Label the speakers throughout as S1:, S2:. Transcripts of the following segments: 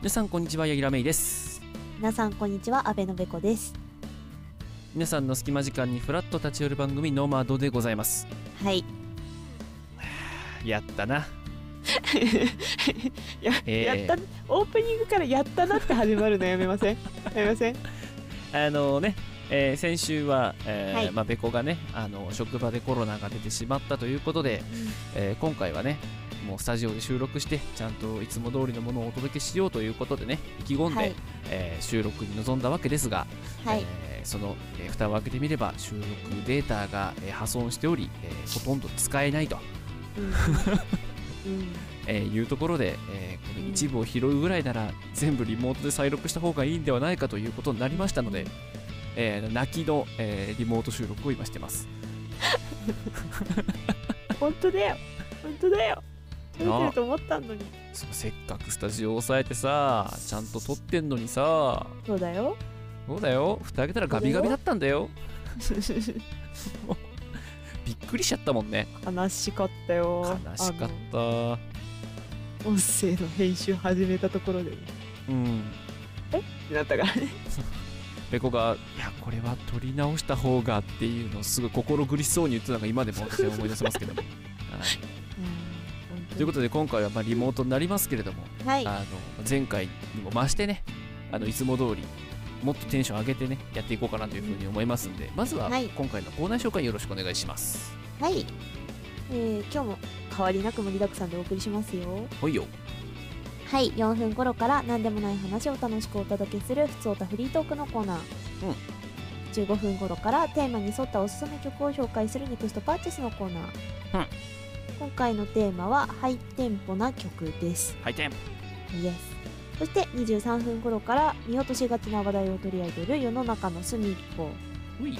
S1: 皆さんこんにちは柳楽芽衣です
S2: 皆さんこんにちは阿部のべこです
S1: 皆さんの隙間時間にフラッと立ち寄る番組ノマドでございます
S2: はい
S1: や ったな
S3: ややったオープニングからやったなって始まるのやめません やめません
S1: あのね、えー先週は、えー
S2: はい
S1: まあ、べこがねあの職場でコロナが出てしまったということで、えー今回はねもうスタジオで収録してちゃんといつも通りのものをお届けしようということでね意気込んで、
S2: はい
S1: えー収録に臨んだわけですが、
S2: はい、
S1: えーその、えー蓋を開けてみれば収録データが、えー破損しており、えーほとんど使えないと、
S2: うんうん
S1: えーいうところで、えーこの一部を拾うぐらいなら全部リモートで再録した方がいいんではないかということになりましたので、えー泣きの、えーリモート収録を今してます。
S3: 本当だよ本当だよ撮れて
S1: なあ
S3: ると思ったのに
S1: そうせっかくスタジオを押さえてさちゃんと撮ってんのにさ
S3: そうだよ
S1: そうだよ蓋開けたらガビガビだったんだよびっくりしちゃったもんね
S3: 悲しかったよ
S1: 悲しか
S3: あ
S1: った
S3: の音声の編集始めたところでね
S1: うん
S3: ってなったからね
S1: ペコが「いやこれは撮り直した方が」っていうのをすごい心苦しそうに言ってたのが今でも私は思い出せますけども、はいということで今回はまあリモートになりますけれども、
S2: はい
S1: あの前回にも増してねあのいつも通りもっとテンション上げてねやっていこうかなというふうに思いますんでまずは
S2: はい
S1: 今回のコーナー紹介よろしくお願いします。
S2: はい、えー、今日も変わりなく盛りだくさんでお送りしますよ
S1: ほいよ
S2: はい4分頃から何でもない話を楽しくお届けする「ふつおたフリートーク」のコーナー、
S1: うん
S2: 15分頃からテーマに沿ったおすすめ曲を紹介する「ネクストパーチェス」のコーナー、
S1: うん
S2: 今回のテーマはハイテンポな曲です
S1: はいてん
S2: イエスそして23分頃から見落としがちな話題を取り上げる世の中の隅っこ
S1: うい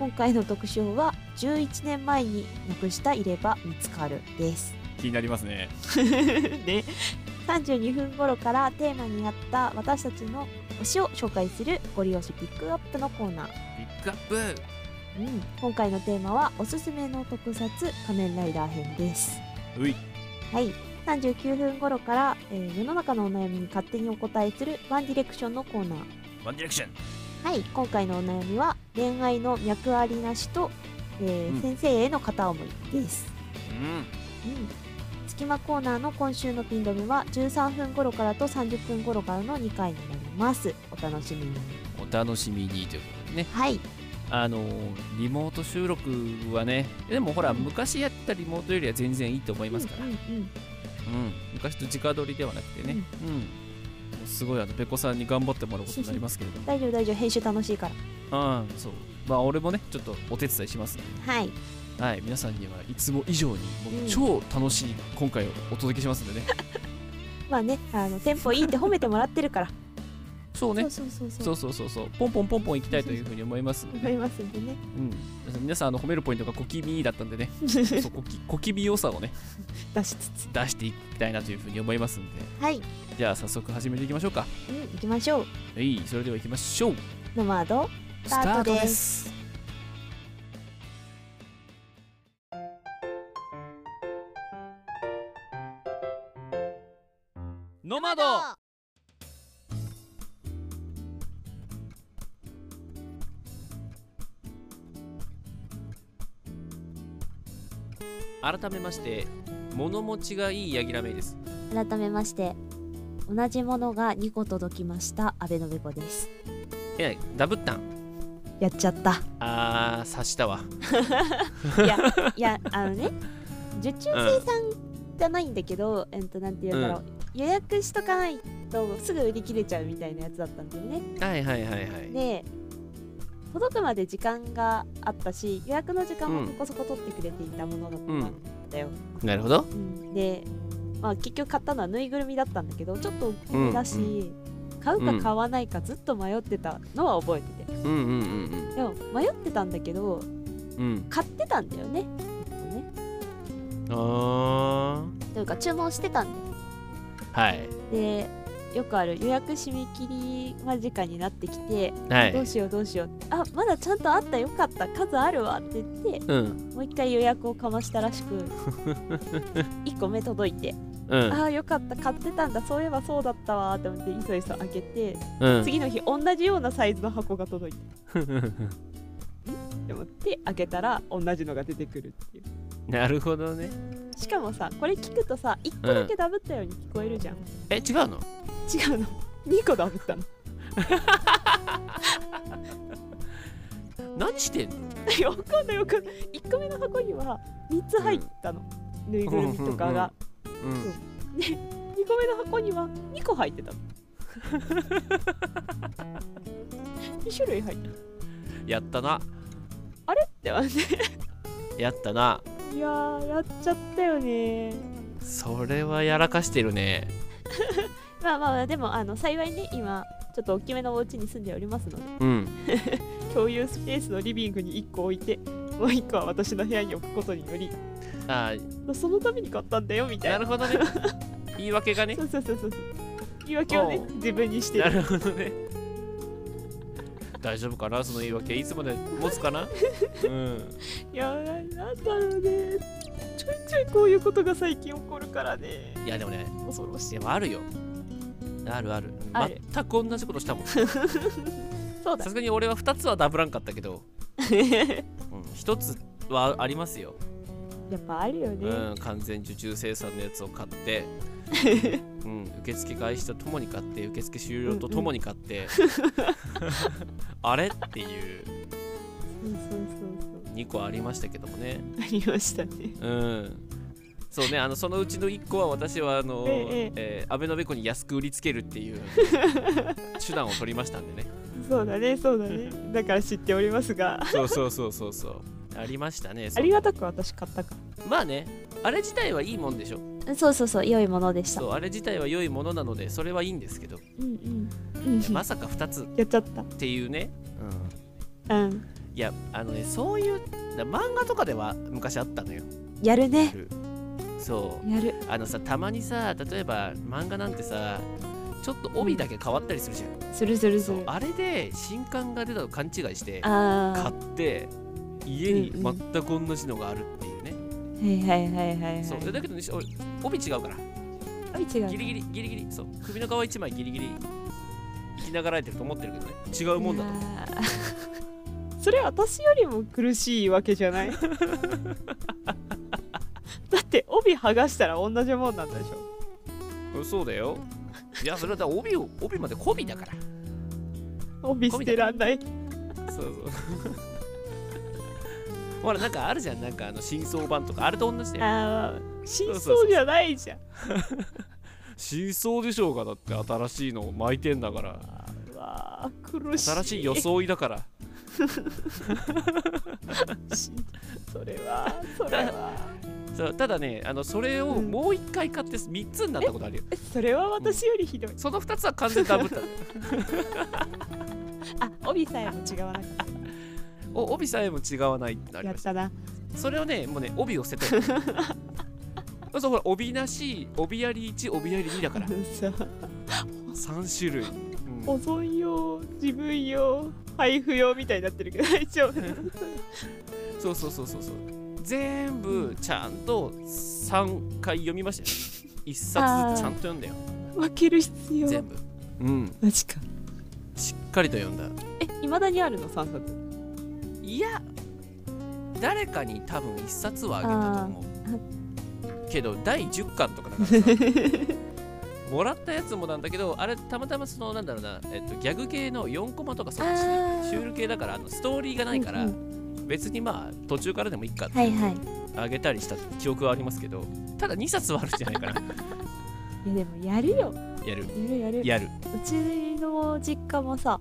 S2: 今回の特集は11年前になくした入れ歯見つかるです
S1: 気になりますね
S3: ね
S2: 32分頃からテーマにあった私たちの推しを紹介するご利用しピックアップのコーナー、
S1: ピックアップ
S2: うん、今回のテーマはおすすめの特撮仮面ライダー編です
S1: うい
S2: はい39分頃から、えー世の中のお悩みに勝手にお答えするワンディレクションのコーナー
S1: ワンディレクション
S2: はい、今回のお悩みは恋愛の脈ありなしと、えー
S1: うん
S2: 先生への片思いです。
S1: うん
S2: うん。隙間コーナーの今週のピン止めは13分頃からと30分頃からの2回になります。お楽しみに。
S1: お楽しみにということでね
S2: はい、
S1: あのーリモート収録はねでもほら
S2: うん
S1: 昔やったリモートよりは全然いいと思いますから、
S2: う
S1: うんん
S2: うんうん
S1: 昔と直撮りではなくてね、うんもうすごいあのペコさんに頑張ってもらうことになりますけれども
S2: 大丈夫大丈夫編集楽しいから。
S1: うんそうまあ俺もねちょっとお手伝いしますん
S2: はい、
S1: ではい皆さんにはいつも以上にも
S2: うん
S1: う超楽しい今回をお届けしますんでね、
S2: まあね、あのテンポいいって褒めてもらってるから。
S1: そう ね
S2: そうそうそ
S1: そう
S2: うそ。
S1: うそうそうそうポンポンポンポンいきたいというふうに思いますので
S2: 思いますんでね。
S1: うん、皆さんあの褒めるポイントが小気味だったんで ね
S3: 出
S1: そう小気小気味良さをね
S3: しつつ
S1: 出していきたいなというふうに思いますんで
S2: はい、
S1: じゃあ早速始めていきましょうか
S2: うん、行きましょう。
S1: はいそれでは行きましょう
S2: ノマード。
S1: ス
S2: ス
S1: タ
S2: タ
S1: ー
S2: ー
S1: ト
S2: ト
S1: で
S2: です
S1: ノマド改めまして物持ちがいいヤギラメイです
S2: 改めまして同じものが2個届きました安倍のべこです
S1: えらいダブったん
S2: やっちゃった
S1: あー察したわ
S2: いやいやあのね受注生産じゃないんだけど、えっとなんて言うんだろう、予約しとかないとすぐ売り切れちゃうみたいなやつだったんだよね
S1: はいはいはいはい
S2: で届くまで時間があったし予約の時間もそこそこ取ってくれていたものだったんだよ、
S1: なるほど
S2: うんで、まあ、結局買ったのはぬいぐるみだったんだけどちょっと大きめだし、買うか買わないかずっと迷ってたのは覚えてて、
S1: うんうんうん
S2: でも迷ってたんだけど
S1: うんうん
S2: 買ってたんだよねね
S1: あ
S2: というか注文してたんだよ
S1: ーはい
S2: でよくある予約締め切り間近になってきて、
S1: は
S2: どう
S1: い
S2: しようどうしようってあまだちゃんとあったよかった数あるわって言って
S1: うん
S2: もう一回予約をかましたらしく1個目届いてああよかった買ってたんだそういえばそうだったわーって思っていそいそ開けて
S1: うん
S3: 次の日同じようなサイズの箱が届いてって思って開けたら同じのが出てくるってい う
S1: なるほどね
S3: しかもさこれ聞くとさ1個だけダブったように聞こえるじゃん、
S1: え違うの
S3: 違うの2個ダブったの
S1: 何してんの
S3: よくんないよくんない1個目の箱には3つ入ったの、ぬい ぐるみとかが、
S1: うん
S3: 2個目の箱には2個入ってたの2種類入ったっ
S1: やったな
S3: てはね
S1: やったない
S3: やーやっちゃったよね
S1: それはやらかしてるね
S2: まあまあまあでもあの幸いね今ちょっと大きめのお家に住んでおりますので
S1: うん
S3: 共有スペースのリビングに1個置いてもう1個は私の部屋に置くことにより
S1: あ
S3: そのために買ったんだよみ
S1: ー
S3: たい
S1: な
S3: な
S1: るほど ね言い訳がね
S3: そうそうそうそうそう言い訳をね
S1: おう
S3: 自分にして
S1: な
S3: る
S1: るほどね大丈夫かなその言い訳いつまで持つかなうん
S3: いやーなんだろうねちょいちょいこういうことが最近起こるからね
S1: いやでもね
S3: 恐ろしい
S1: でもあるよあるある
S3: ある
S1: 全く同じことした もんさ
S3: そうだ
S1: すがに俺は2つはダブらんかったけ ど、うん、1つはありますよ、
S2: やっぱあるよね
S1: うん、完全受注生産のやつを買 って、うん、受付開始とともに買って受付終了とともに買って、 あれっていう
S2: そうそうそうそう
S1: 2個ありましたけどもね
S3: ありましたね
S1: うんそうねあのそのうちの1個は私はあの、
S3: え
S1: え
S3: え
S1: ーアベノベコに安く売りつけるっていう 手段を取りましたんでね
S3: そうだねそうだねだから知っておりますが
S1: そうそうそうそうそうありましたねそ
S3: あ
S1: う
S3: りがたく私買ったか
S1: まあねあれ自体はいいもんでしょ
S2: そうそうそう良いものでした
S1: そうあれ自体は良いものなのでそれはいいんですけど
S3: うんうん うん
S1: まさか2つ
S3: やっちゃっ
S1: っていうね、
S3: たうん
S1: いやあのねそういうだ漫画とかでは昔あったのよ
S2: やるね
S1: そう
S2: やる
S1: あのさたまにさ例えば漫画なんてさちょっと帯だけ変わったりするじゃん、
S2: するするす
S1: そう
S2: る
S1: あれで新刊が出たと勘違いして買
S2: あ
S1: って家に
S2: うんう
S1: 全
S2: ん
S1: く同じのがあるっていうね、
S2: ーはいはいはいはいはい
S1: そうでだけどねしお帯違うから
S2: あ違う
S1: ギリギリギリギリそう首の皮一枚ギリギリ生きながらえてると思ってるけどね違うもんだと
S2: あー
S3: それ私よりも苦しいわけじゃない だって帯剥がしたら同じもんなんでしょ
S1: うんそうだよいやそれはだ帯を帯まで媚びだから
S3: 帯捨てらんない
S1: そうそうほらなんかあるじゃんなんかあの真相版とかあれと同じだよ
S3: あー真相じゃないじゃん
S1: 真相でしょうがだって新しいのを巻いてんだから
S3: うわー苦しい
S1: 新しい装いだから
S3: し それはそれは
S1: そうただねあのそれをもう一回買って3つになったことあるよ
S3: それは私よりひどい
S1: その2つは完全にダブ った
S3: あ帯さえも違わなく
S1: お帯さえも違わないってな
S3: て
S1: り
S3: やっ
S1: ました
S3: たな
S1: それをね、もうね、帯を捨 ててる。そうほら、帯なし、帯やり1、帯やり2だから、
S3: さ
S1: 3種類。うん
S3: 保存用自分用配布用みたいになってるけど大丈夫
S1: そうそうそうそうそう。全部ちゃんと3回読みましたよ。1冊 ずつちゃんと読んだよ、
S3: 分ける必要
S1: 全部。うん、
S3: マジか
S1: しっかりと読んだ。
S3: え未だにあるの3冊
S1: いや、誰かに多分1冊はあげたと思う。けど、第10巻とかだからさ。 もらったやつもなんだけど、あれ、たまたまその、なんだろうな、えっと、ギャグ系の4コマとかそっち
S2: あ
S1: シュール系だからあのストーリーがないから、
S2: うんう
S1: 別にまあ途中からでもいいかって
S2: はいはい
S1: あげたりした記憶はありますけどただ2冊はあるんじゃないかな
S2: いやでもやるよ
S1: やる
S2: やるやる
S1: やる
S2: うちの実家もさ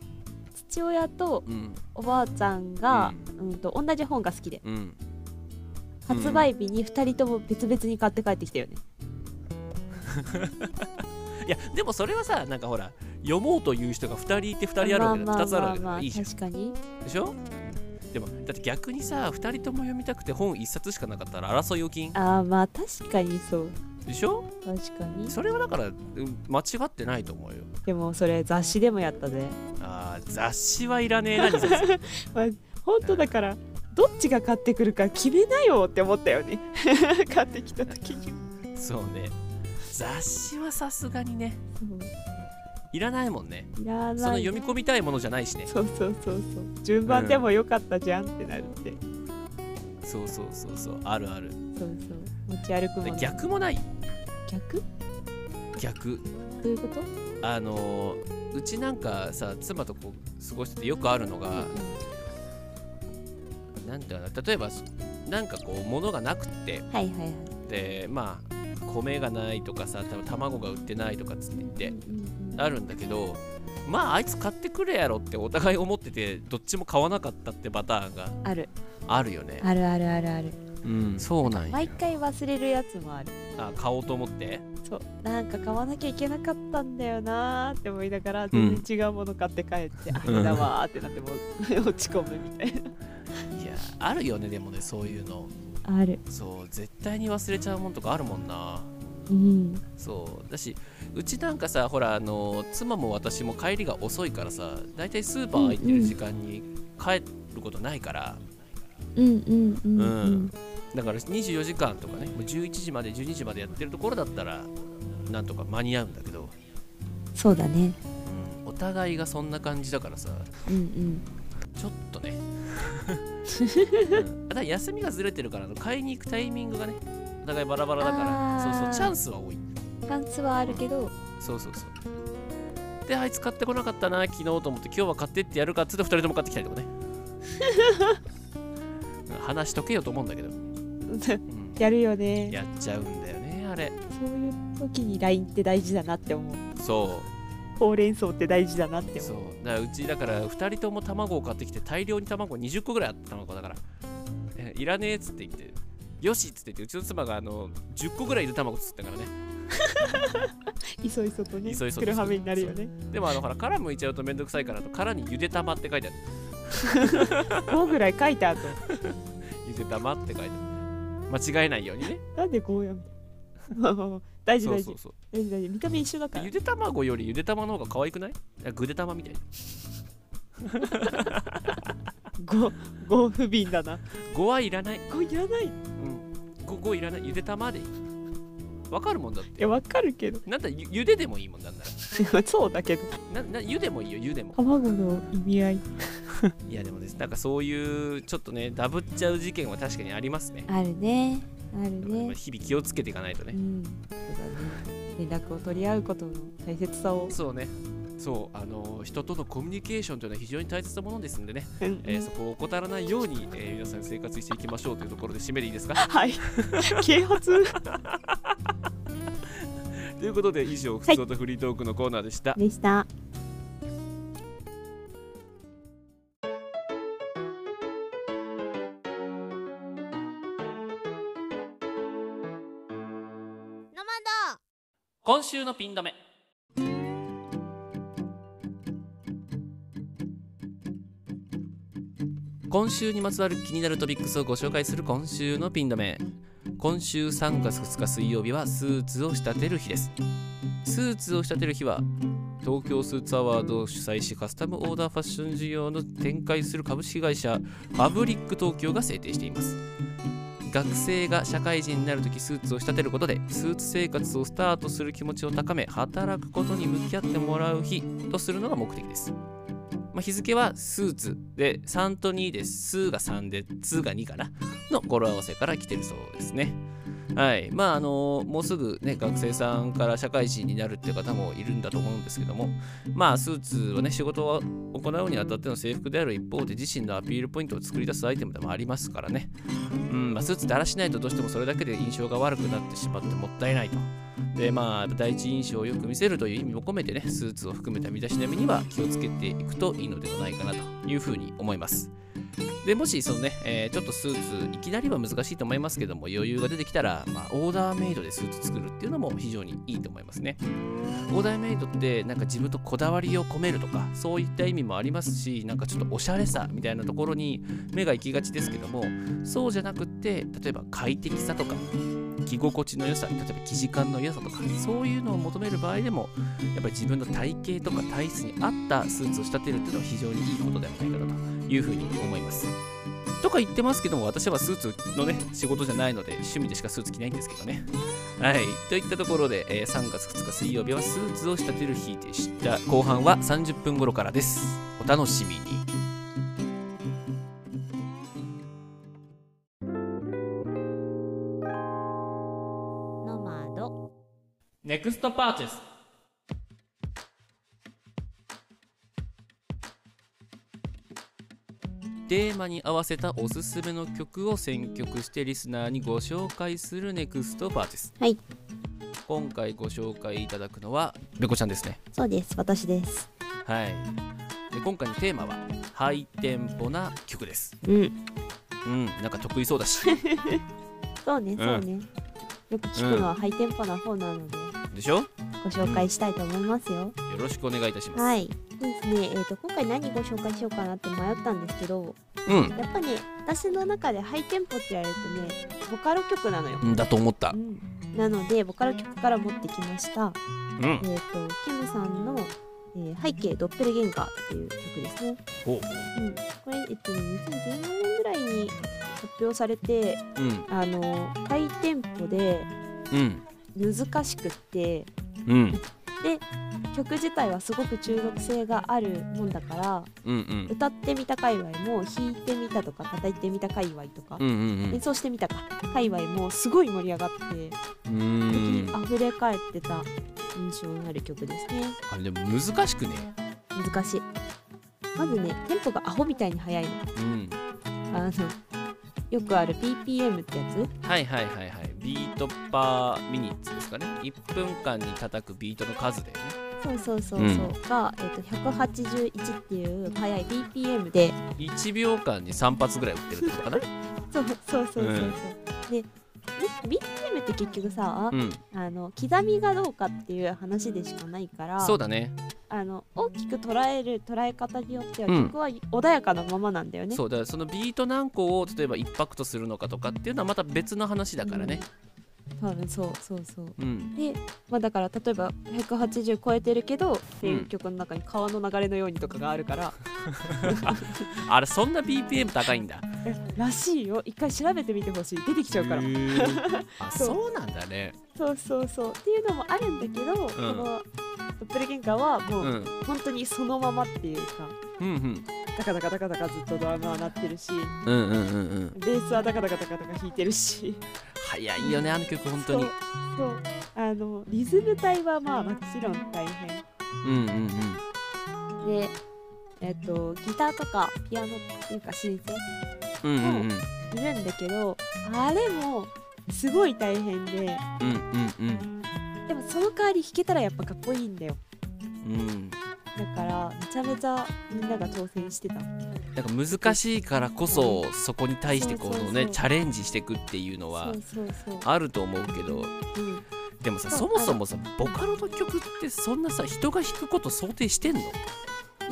S2: 父親と
S1: うん
S2: おばあちゃんが、うん、と同じ本が好きで
S1: うんうん
S2: 発売日に2人とも別々に買って帰ってきたよね、
S1: いやでもそれはさなんかほら読もうという人が2人いて2人あるわけだ、
S2: ま
S1: 2つあるわけだ
S2: ま
S1: からいいじゃん
S2: 確かに
S1: でしょでもだって逆にさ2人とも読みたくて本1冊しかなかったら争い預金
S2: ああまあ確かにそう
S1: でしょ
S2: 確かに
S1: それはだからうん間違ってないと思うよ
S2: でもそれ雑誌でもやったぜ
S1: あー雑誌はいらねえな2冊
S3: 本当だからどっちが買って くるか決めなよって思ったよね買ってきた時に
S1: そうね雑誌はさすがにね
S3: そう
S1: いらないもんね
S3: いらないね
S1: その読み込みたいものじゃないしね
S3: そうそうそうそう順番でもよかったじゃんってなるって、
S1: そうそうそうそうあるある
S3: そうそう持ち歩くも
S1: で
S3: の
S1: 逆もない
S3: 逆
S1: 逆
S3: どういうこと
S1: あのーうちなんかさ妻とこう過ごしててよくあるのがなんていうかな例えばなんかこう物がなくって
S2: はいはいはい
S1: でまあ米がないとかさ多分卵が売ってないとかつって言ってあるんだけどまああいつ買ってくれやろってお互い思っててどっちも買わなかったってパターンが
S2: ある
S1: あるよね
S2: あるあるあるある
S1: うんそうなんや
S2: 毎回忘れるやつもある
S1: あ買おうと思って
S3: そうなんか買わなきゃいけなかったんだよなーって思いながら全然違うもの買って帰って、あれだわーってなってもう 落ち込むみたいない
S1: やあるよねでもねそういうの
S2: ある
S1: そう絶対に忘れちゃうもんとかあるもんな
S2: うん
S1: そうだしうちなんかさほらあの妻も私も帰りが遅いからさ大体スーパー空いてる時間に帰ることないから、
S2: うんうんうん
S1: うんだから24時間とかねもう11時まで12時までやってるところだったらなんとか間に合うんだけど、
S2: そうだね
S1: お互いがそんな感じだからさ
S2: うんうん
S1: ちょっとね、うん、ただ休みがずれてるからあの買いに行くタイミングがねお互いバラバラだから
S2: あ
S1: そう
S2: ー
S1: そうチャンスは多い
S2: パンツはあるけど
S1: そうそうそうであいつ買ってこなかったな昨日と思って今日は買ってってやるかっつって2人とも買ってきたりとかね うん話しとけよと思うんだけど、うん
S3: やるよね
S1: やっちゃうんだよねあれ
S3: そういう時に LINE って大事だなって思う
S1: そう
S3: ほうれん草って大事だなって思
S1: そう
S3: う
S1: だからうちだから2人とも卵を買ってきて大量に卵20個ぐらいあった卵だからえいらねえっつって言ってよしっつって言ってうちの妻があの10個ぐらいいる卵つったからね
S3: いそいそとね
S1: いそいそと
S3: 黒はめになるよね
S1: でもあのほら殻むいちゃうとめんどくさいからあと殻にゆで玉って書いてある
S3: 5ぐらい書いた後
S1: ゆで玉って書いてある間違えないようにね
S3: なんで5やみたいなまあまあまあ大事
S1: そう
S3: 大
S1: そ
S3: 事
S1: うそう
S3: 大事大事見た目一緒だか
S1: で
S3: ら
S1: ゆで卵よりゆで玉の方が可愛くないあぐで玉みたいな
S3: 5五不憫だな
S1: 5はいらない、
S3: 5いらないい
S1: うん、5, 5いらないゆで玉でいいわかるもんだって
S3: やわかるけど
S1: なんだゆゆででもいいもんなんだ
S3: そうだけど
S1: ななゆでもいいよゆでも
S3: 卵の意味合い
S1: いやでもですなんかそういうちょっとねダブっちゃう事件は確かにありますね。
S2: あるねある
S1: まあ
S2: ね
S1: 日々気をつけていかないと
S2: う
S1: ね。
S2: ん
S3: 連絡を取り合うことの大切さを、
S1: そうね。そうあの人とのコミュニケーションというのは非常に大切なものですのでね、
S3: うん
S1: えーそこを怠らないように、えー皆さん生活していきましょうというところで締めでいいですか
S3: はい啓発
S1: ということで以上「ふつおとフリートーク」のコーナーでした、
S2: でした
S1: 今週のピン止め今週にまつわる気になるトピックスをご紹介する今週のピン止め今週3月2日水曜日はスーツを仕立てる日ですスーツを仕立てる日は東京スーツアワードを主催しカスタムオーダーファッション事業の展開する株式会社ファブリック東京が制定しています学生が社会人になるときスーツを仕立てることでスーツ生活をスタートする気持ちを高め働くことに向き合ってもらう日とするのが目的です、まあ、日付はスーツで3と2で数が3で2が2かなの語呂合わせから来てるそうですねはいまああのもうすぐね学生さんから社会人になるっていう方もいるんだと思うんですけどもまあスーツはね仕事を行うにあたっての制服である一方で自身のアピールポイントを作り出すアイテムでもありますからねうんまあ、スーツだらしないとどうしてもそれだけで印象が悪くなってしまってもったいないと。でまあ、第一印象をよく見せるという意味も込めてねスーツを含めた身だしなみには気をつけていくといいのではないかなというふうに思いますでもしそのね、えーちょっとスーツいきなりは難しいと思いますけども余裕が出てきたら、まあ、オーダーメイドでスーツ作るっていうのも非常にいいと思いますねオーダーメイドってなんか自分とこだわりを込めるとかそういった意味もありますしなんかちょっとおしゃれさみたいなところに目が行きがちですけどもそうじゃなくって例えば快適さとか着心地の良さ例えば生地感の良さとかそういうのを求める場合でもやっぱり自分の体型とか体質に合ったスーツを仕立てるっていうのは非常にいいことではないかなというふうに思います。とか言ってますけども私はスーツのね仕事じゃないので趣味でしかスーツ着ないんですけどねはいといったところで、えー3月2日水曜日はスーツを仕立てる日でした後半は30分頃からですお楽しみに
S2: ノマド
S1: ネクストパーチェステーマに合わせたおすすめの曲を選曲してリスナーにご紹介するネクストパーチェス
S2: はい
S1: 今回ご紹介いただくのはべこちゃんですね
S2: そうです私です
S1: はいで今回のテーマはハイテンポな曲です
S2: うん
S1: うんなんか得意そうだし
S2: そうね
S1: ん
S2: そうね、よく聞くのはハイテンポな方なので
S1: でしょよ
S2: ご紹介したいと思いますよ、
S1: ろしくお願いいたします、
S2: はいですねえー、と今回何ご紹介しようかなって迷ったんですけど
S1: う
S2: やっぱり私の中でハイテンポって言われるとねボカロ曲なのよ、
S1: んだと思った
S2: うん、なのでボカロ曲から持ってきました
S1: うん
S2: えっ、とキムさんの、えー背景ドッペルゲンガー」っていう曲ですね、
S1: お
S2: うん、これ、えっと、2017年ぐらいに発表されて
S1: うん
S2: あのハイテンポで
S1: うん
S2: 難しくって
S1: うん
S2: 曲自体はすごく中毒性があるもんだから
S1: うんうん
S2: 歌ってみた界隈も弾いてみたとか叩いてみた界隈とか、
S1: うんうん
S2: 演奏してみたか界隈もすごい盛り上がって
S1: うんうん
S2: あふれ返ってた印象のある曲ですね
S1: あれでも難しくね
S2: 難しいまずねテンポがアホみたいに速いの
S1: うん
S2: あのよくある BPM ってやつ
S1: はいはいはいはいビートパーミニッツですかね1分間に叩くビートの数だよね
S2: そうそうそうそう、が、えっと181っていう速い BPM で
S1: 1秒間に3発ぐらい打ってるってことかな
S2: そうそうそうそうそう、
S1: うん
S2: でね BPM って結局さ、
S1: うん
S2: あの刻みがどうかっていう話でしかないから
S1: そうだね
S2: あの大きく捉える捉え方によっては
S1: うん
S2: 曲は穏やかなままなんだよね。
S1: そうだからそのビート何個を例えば1拍とするのかとかっていうのはまた別の話だからね
S2: 多分そうそうそう。
S1: うん
S2: で、まあ、だから例えば180超えてるけどっていう曲の中に川の流れのようにとかがあるから、
S1: あれそんな BPM 高いんだ
S3: らしいよ一回調べてみてほしい出てきちゃうから
S1: へーあ
S2: そう
S1: そうなんだね
S2: そうそうそうっていうのもあるんだけど、このドッペルゲンガーはも
S1: うんう
S2: うん本当にそのままっていうか、
S1: うん
S3: ダカダカダカダカずっとドラムは鳴ってるし
S1: うんうんうんうん
S3: ベースはダカダカダカダカ弾いてるし
S1: 早いよねあの曲本当に
S3: そうそうあのリズム体はまあもちろん大変
S1: うんうんうん
S2: で、えっとギターとかピアノっていうかシンセ
S1: うんうんうん
S2: いるんだけどあれもすごい大変で
S1: うんうん
S2: でもその代わり弾けたらやっぱかっこいいんだよ
S1: うんうん
S2: だからめちゃめちゃみんなが挑戦してた
S1: なんか難しいからこそそこに対してこ
S2: そうそう
S1: の
S2: そ
S1: ね
S2: う
S1: チャレンジしていくっていうのは
S2: そうそうそう
S1: あると思うけど
S2: うん
S1: でもさ
S2: そう
S1: そもそもさボカロの曲ってそんなさ人が弾くこと想定してんの
S2: い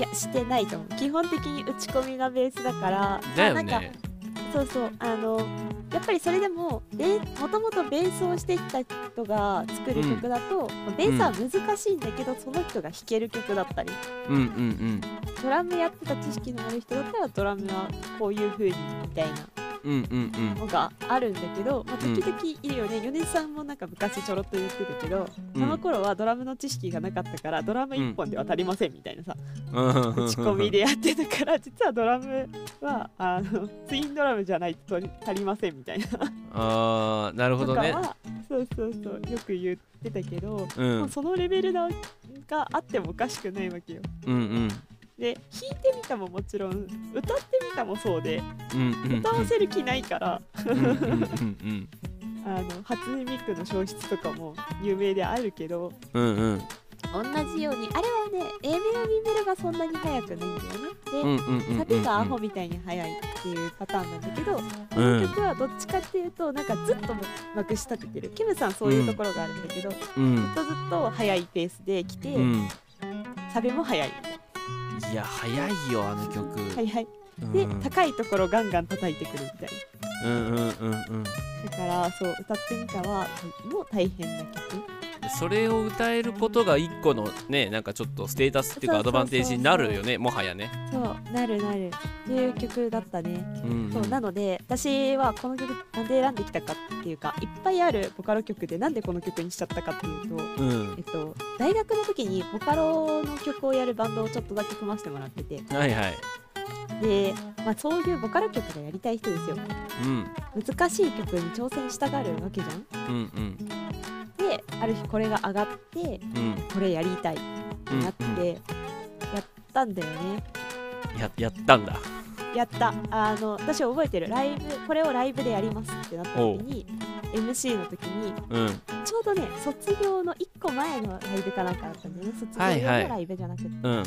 S2: やしてないと思う基本的に打ち込みがベースだから
S1: だよ
S2: あなんか
S1: ね
S2: そうそうあのやっぱりそれでももともとベースをしてきた人が作る曲だと、ベースは難しいんだけど、その人が弾ける曲だったり
S1: うんうん
S2: ドラムやってた知識のある人だったらドラムはこういう風にみたいな
S1: うんうんうん
S2: のがあるんだけど、まあ、
S1: うん
S2: 時々いるよね、米津さんもなんか昔ちょろっと言ってたけど、
S1: うん
S3: その頃はドラムの知識がなかったからドラム1本では足りませんみたいなさ、
S1: うん
S3: 打ち込みでやってたから実はドラムはあのツインドラムじゃないと足りませんみたいな
S1: あーなるほ
S3: と
S1: ど
S3: か
S1: ね
S3: は、 そうそうそうよく言ってたけど、
S1: うんう
S3: もうんそのレベルながあってもおかしくないわけよ
S1: うん
S3: で弾いてみたももちろん歌ってみたもそうで
S1: うんうん
S3: 歌わせる気ないから、
S1: うんうんうん
S3: あの初音ミクの消失とかも有名であるけど
S1: うんうん
S2: 同じようにあれはね A メロ B メロがそんなに速くないんだよね
S1: うんうんうんうんうん
S2: でサビがアホみたいに速いっていうパターンなんだけど、
S1: うん
S2: 曲はどっちかっていうとなんかずっとまくし立ててるキムさんそういうところがあるんだけど、ずっ
S1: うん
S2: とずっと速いペースで来て、
S1: うん
S3: サビも速い
S1: いや早いよあの曲
S3: 速いで、
S1: うん
S3: 高いところガンガン叩いてくるみたい
S1: うんうんうんうん
S3: なだからそう歌ってみたはもう大変な曲
S1: それを歌えることが一個のねなんかちょっとステータスっていうか
S2: そ
S1: アド
S2: うそうそう
S1: バンテージになるよねもはやね
S2: そうなるなるっていう曲だったね、
S1: うん
S2: そうなので私はこの曲なんで選んできたかっていうかいっぱいあるボカロ曲でなんでこの曲にしちゃったかっていうと、
S1: うん
S2: えっと、大学の時にボカロの曲をやるバンドをちょっとだけ組ませてもらってて
S1: はいはい
S2: で、まあ、そういうボカロ曲がやりたい人ですよ
S1: うん
S2: 難しい曲に挑戦したがるわけじゃん
S1: うんうん
S2: である日これが上がって
S1: うん
S2: これやりたいって
S1: うん
S2: なって、やったんだよね
S1: うんややったんだ
S2: やったあの私覚えてるライブこれをライブでやりますってなった時に MC の時に
S1: うん
S2: ちょうどね卒業の1個前のライブかなんかだったんだよね卒業
S1: はい
S2: 用
S1: はい
S2: のライブじゃなくて、
S1: うん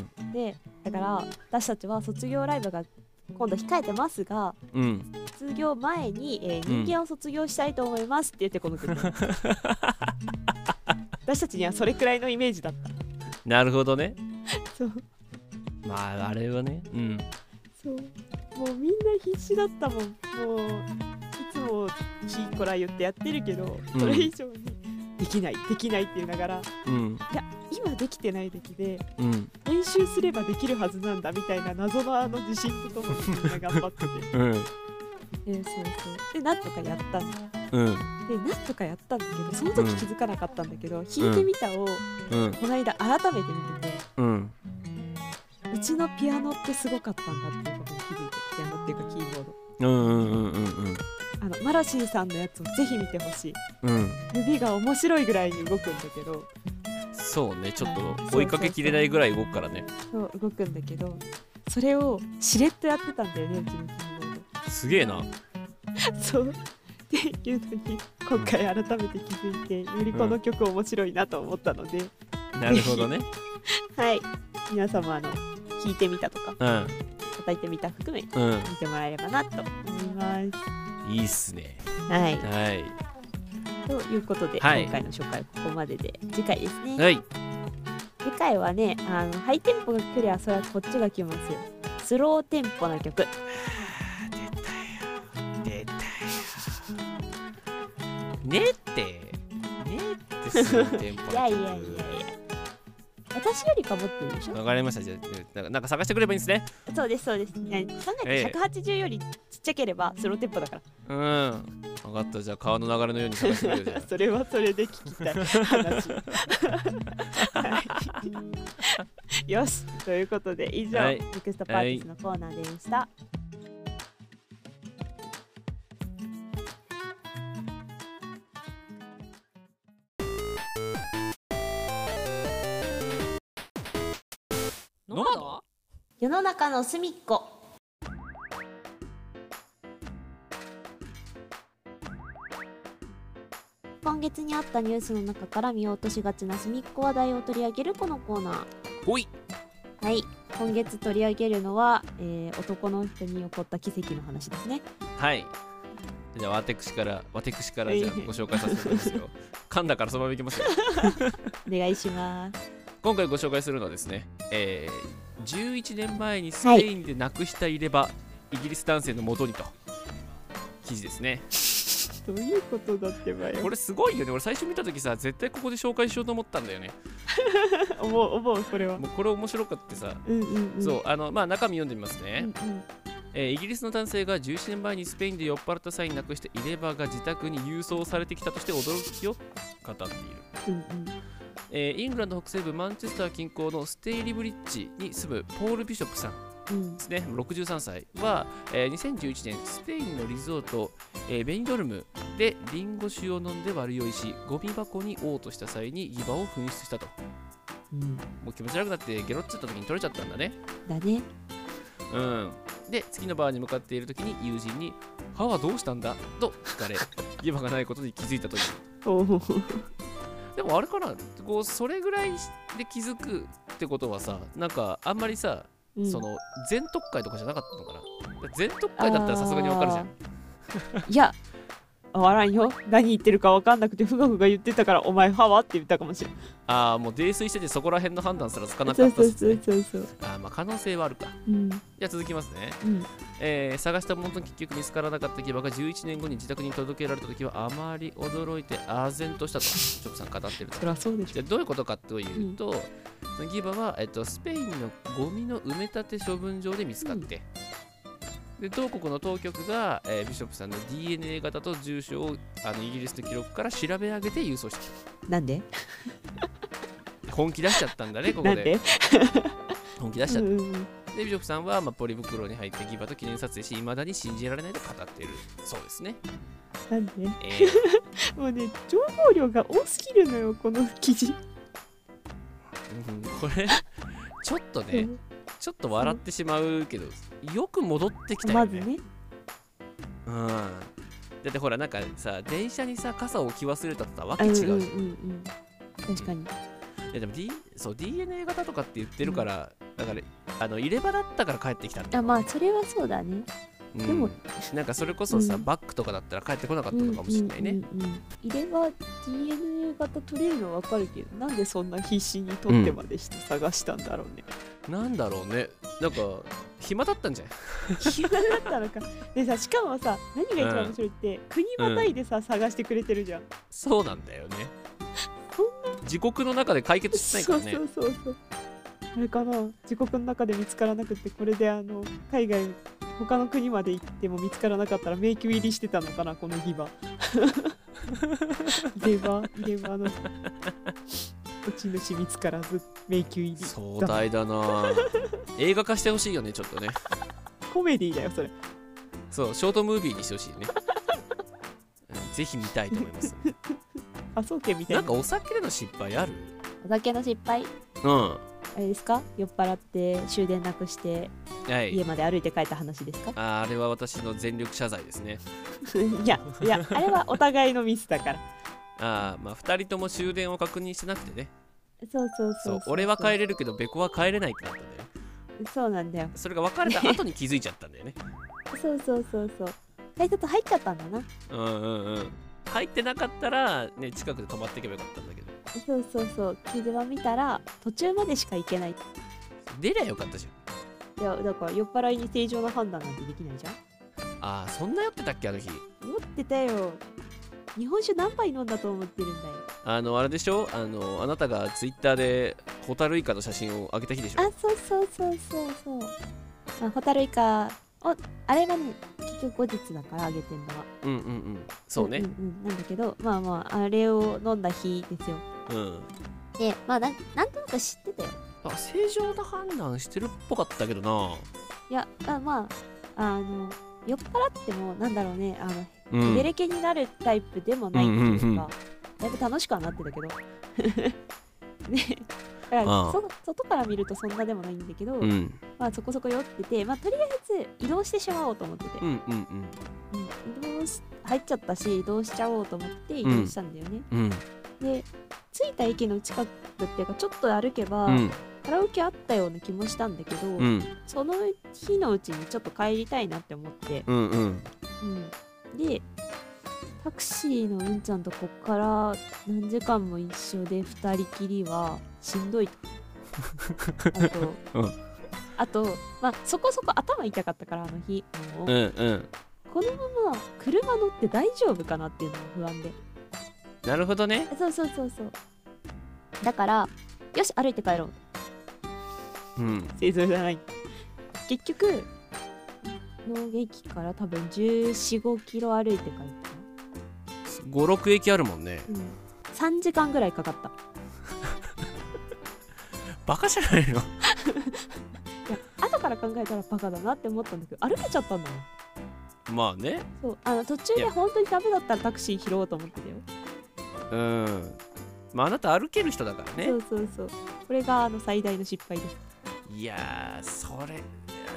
S2: だから私たちは卒業ライブが今度控えてますが
S1: うん
S2: 卒業前に、えー
S1: うん
S2: 人間を卒業したいと思いますって言ってこの 曲
S3: 私たちにはそれくらいのイメージだった
S1: なるほど ね
S2: そう
S1: まああれはねうん
S3: そうもうみんな必死だったもんもういつもキーコラ言ってやってるけど、
S1: うん
S3: それ以上にできないできないって言いながら
S1: うん
S3: 今できてない出来で
S1: うん
S3: 練習すればできるはずなんだみたいな謎のあの自信とともにみんな頑張ってて
S1: うん
S2: えーそうそうでなんとかやったんだ
S1: うん
S2: でなんとかやったんだけどその時気づかなかったんだけど、弾いてみたを
S1: うん
S2: この間改めて見てて、
S1: うん
S2: うちのピアノってすごかったんだっていうことに気づいて
S3: ピアノっていうかキーボー
S1: う
S3: ド
S1: んうんうんうん
S3: あのマラシーさんのやつをぜひ見てほしい
S1: うん
S3: 指が面白いぐらいに動くんだけど
S1: そうねちょっと追いかけきれないぐらい動くからね
S2: そう動くんだけどそれをしれっとやってたんだよねうちのキーボー
S1: すげえな
S3: そうっていうのに今回改めて気づいてよりこの曲面白いなと思ったので、
S1: なるほどね
S3: はい皆様あの聴いてみたと
S1: う
S3: か
S1: ん
S2: 叩いてみた含め見
S1: うん
S2: てもらえればなと
S3: 思います
S1: いいっすね
S2: はい
S1: はい
S2: ということで、
S1: はい
S2: 今回の紹介はここまでで次回ですね
S1: はい
S2: 次回はねあのハイテンポが来りゃそれはこっちが来ますよスローテンポな曲
S1: 出たよねってねってすごいテンポの曲
S2: いやいやいやいや私よりかもってるでしょ
S1: わかりましたじゃあなんかなんか探してくればいいんですね
S2: そうですそうですね考
S1: ええ
S2: えて180よりちっちゃければスローテンポだから
S1: うん分かったじゃあ川の流れのように探してくれるじゃ
S3: それはそれで聞きたい話、はい、よしということで以上、
S1: はい
S2: リクエストパーティスのコーナーでした、
S1: ノマド
S2: 世の中の隅っこ今月にあったニュースの中から見落としがちな隅っこ話題を取り上げるこのコーナー
S1: ほ い
S2: はい今月取り上げるのは、えー男の人に起こった奇跡の話ですね
S1: はいじゃあ私から私から
S3: はい
S1: じゃあご紹介させてもらいます よ噛んだからそのままいきますよ
S2: お願いします
S1: 今回ご紹介するのはですね、えー11年前にスペインでなくした入れ歯、イギリス男性のもとにと記事ですね
S3: どういうことだってばよ
S1: これすごいよね俺最初見た時さ絶対ここで紹介しようと思ったんだよね
S3: 思う思うこれは
S1: もうこれ面白かってさ
S3: うんうんうん
S1: そうあのまあ中身読んでみます
S3: う
S1: ね
S3: ん、うん
S1: えーイギリスの男性が17年前にスペインで酔っ払った際になくして入れ歯が自宅に郵送されてきたとして驚きを語っている
S3: うん
S1: えーイングランド北西部マンチェスター近郊のステイリブリッジに住むポール・ビショップさん
S2: うん
S1: ですね63歳は、えー2011年スペインのリゾート、えーベニドルムでリンゴ酒を飲んで悪酔いしゴミ箱に嘔吐した際に牙を紛失したと
S2: うん
S1: もう気持ち悪くなってゲロっちゃった時に取れちゃったんだね
S2: だね
S1: うんで次のバーに向かっている時に友人に「歯はどうしたんだ?」と聞かれ牙がないことに気づいたという
S3: おう
S1: でもあれかなこうそれぐらいで気づくってことはさなんかあんまりさ、
S2: うん
S1: その全特会とかじゃなかったのかな全特会だったらさすがにわかるじゃん
S2: いや
S3: わらんよ何言ってるかわかんなくてふがふが言ってたからお前はわって言ったかもしれない
S1: ああもう泥酔しててそこら辺の判断すらつかな
S3: そ
S1: か
S3: う
S1: った
S3: そう
S1: です
S3: そ
S1: ね
S3: うそうそう
S1: あーまあ可能性はあるか
S3: うん
S1: じゃあ続きますね、
S3: うん
S1: えー探したものの結局見つからなかった牙が11年後に自宅に届けられた時はあまり驚いて唖然としたとショクさん語ってると
S3: そりゃそうでし
S1: じゃあどういうことかというと、そのギバは、えっと、スペインのゴミの埋め立て処分場で見つかって、で同国の当局が、えービショップさんの DNA 型と住所をあのイギリスの記録から調べ上げて郵送した
S3: なんで
S1: 本気出しちゃったん だねここ
S3: なん
S1: で
S3: で
S1: 本気出しちゃ
S3: う
S1: った、
S3: んうん
S1: でビショップさんは、まあ、ポリ袋に入ってギバと記念撮影しいまだに信じられないと語っているそうですね、
S3: なんで
S1: えー
S3: もうね情報量が多すぎるのよこの記事
S1: うんこれちょっとねちょっと笑ってしまうけどよく戻ってきたよ
S3: まず
S1: ね,、
S3: ね
S1: うんだってほらなんかさ電車にさ傘を置き忘れたってさわけ
S3: うん
S1: 違
S3: う
S1: うんじゃん、
S3: うんう
S1: い
S3: ん確かに
S1: やでも、D、そう DNA 型とかって言ってるから、だからあの入れ歯だったから帰ってきたんだ
S2: あまあそれはそうだね
S1: うん
S2: でも
S1: なんかそれこそさ、
S2: うん
S1: バッグとかだったら帰ってこなかったのかもしれないね、
S2: うんうんうん
S3: 入れ歯 DNA 型取れるのは分かるけどなんでそんな必死に取ってまでして探したんだろうね、
S1: なんだろうねなんか暇だったんじゃん
S3: 暇だったのかでさしかもさ何が一番面白いって、国またいでさ探してくれてるじゃん、
S1: そうなんだよね自国の中で解決してないか
S3: そ
S1: ら
S3: う
S1: ね
S3: そうそうそうあれかな自国の中で見つからなくてこれであの海外他の国まで行っても見つからなかったら迷宮入りしてたのかなこのギ バ入れ歯入れ歯の落ち主見つからず迷宮入り
S1: 壮大だな映画化してほしいよねちょっとね
S3: コメディだよそれ
S1: そうショートムービーにしてほしいねうんぜひ見たいと思い ます
S3: 科捜研みたい
S1: な
S3: なん
S1: かお酒での失敗ある
S2: お酒の失敗
S1: うんは
S2: あれですか酔っ払って終電なくして
S1: い
S2: 家まで歩いて帰った話ですか、
S1: ああれは私の全力謝罪ですね
S3: いや、いや、あれはお互いのミス だから。
S1: ああまあ2人とも終電を確認してなくてね
S2: そうそうそう
S1: そう俺は帰れるけどベコは帰れないってなったんだよね
S2: そうなんだよ
S1: それが別れた後に気づいちゃったんだよね
S2: そうそうそうそう改札入っちゃったんだな
S1: うんうんうん入ってなかったらね近くで泊まっていけばよかったんだけど
S2: そうそうそう傷は見たら途中までしか行けない
S1: 出りゃよかったじゃん
S2: いやだから酔っ払いに正常な判断なんてできないじゃん
S1: ああそんな酔ってたっけあの日
S2: 酔ってたよ日本酒何杯飲んだと思ってるんだよ
S1: あのあれでしょあのあなたがツイッターでホタルイカの写真を上げた日でしょ
S2: あそうそうそうそうそうまあホタルイカをあれはね結局後日だからあげてんのは
S1: うんうんうんそうね
S2: んんうんなんだけどまあまああれを飲んだ日ですよ
S1: うん、
S2: でまあなんなんとなく知ってたよ
S1: あ正常な判断してるっぽかったけどない
S2: やあまああの酔っ払ってもなんだろうねあの
S1: う
S2: ヘベ
S1: ん
S2: レケになるタイプでもないっていうか、
S1: うんうんうん
S2: だいぶ楽しくはなってたけど ねだから
S1: ああ
S2: そ外から見るとそんなでもないんだけど、
S1: うん
S2: まあ、そこそこ酔ってて、まあ、とりあえず移動してしまおうと思ってて
S1: う、んうん
S2: うん移動し入っちゃったし移動しちゃおうと思って移動したんだよね、
S1: うん
S2: で着いた駅の近くっていうかちょっと歩けば、
S1: うん
S2: カラオケあったような気もしたんだけど、
S1: うん
S2: その日のうちにちょっと帰りたいなって思って、
S1: うんうん
S2: うん、でタクシーのうんちゃんとこっから何時間も一緒で2人きりはしんどいとあと、
S1: うん
S2: あと、まあ、そこそこ頭痛かったからあの日もう
S1: うんうん
S2: このまま車乗って大丈夫かなっていうのが不安で
S1: なるほどね
S2: そうそうそうそうだからよし歩いて帰ろう
S1: うん
S3: 正常じゃない。
S2: 結局農劇から多分1 4 5キロ歩いて帰った
S1: 56駅あるもんね
S2: うん3時間ぐらいかかった
S1: バカじゃないの
S2: いや後から考えたらバカだなって思ったんだけど歩けちゃったんだよ
S1: まあね
S2: そうあの途中
S1: い
S2: で
S1: や
S2: 本当にダメだったらタクシー拾おうと思ってたよ、
S1: うんまああなた歩ける人だからね
S2: そうそうそうこれがあの最大の失敗です
S1: いやーそれ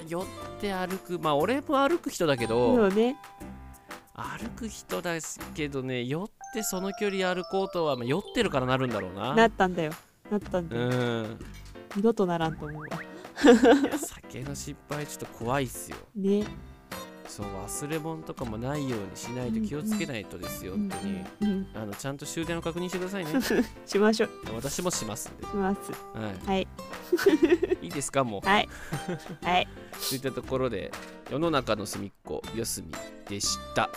S1: 酔って歩くまあ俺も歩く人だけど、
S2: そうね
S1: 歩く人ですけどね酔ってその距離歩こうとは、まあ、酔ってるからなるんだろうな
S3: なったんだよ。なったんだ
S1: う
S3: よ。
S1: ん
S3: 二度とならんと思うわ。
S1: いや酒の失敗ちょっと怖いっすよ
S3: ね。
S1: そう忘れ物とかもないようにしないと気をつけないとですよ、本当に、
S3: うん、
S1: あのちゃんと終電を確認してください ね
S3: しましょう。
S1: 私もしますんで、
S3: します。
S1: は
S2: はい
S1: い、いいですかもう
S2: はいはい
S1: といったところで世の中の隅っこ四隅でした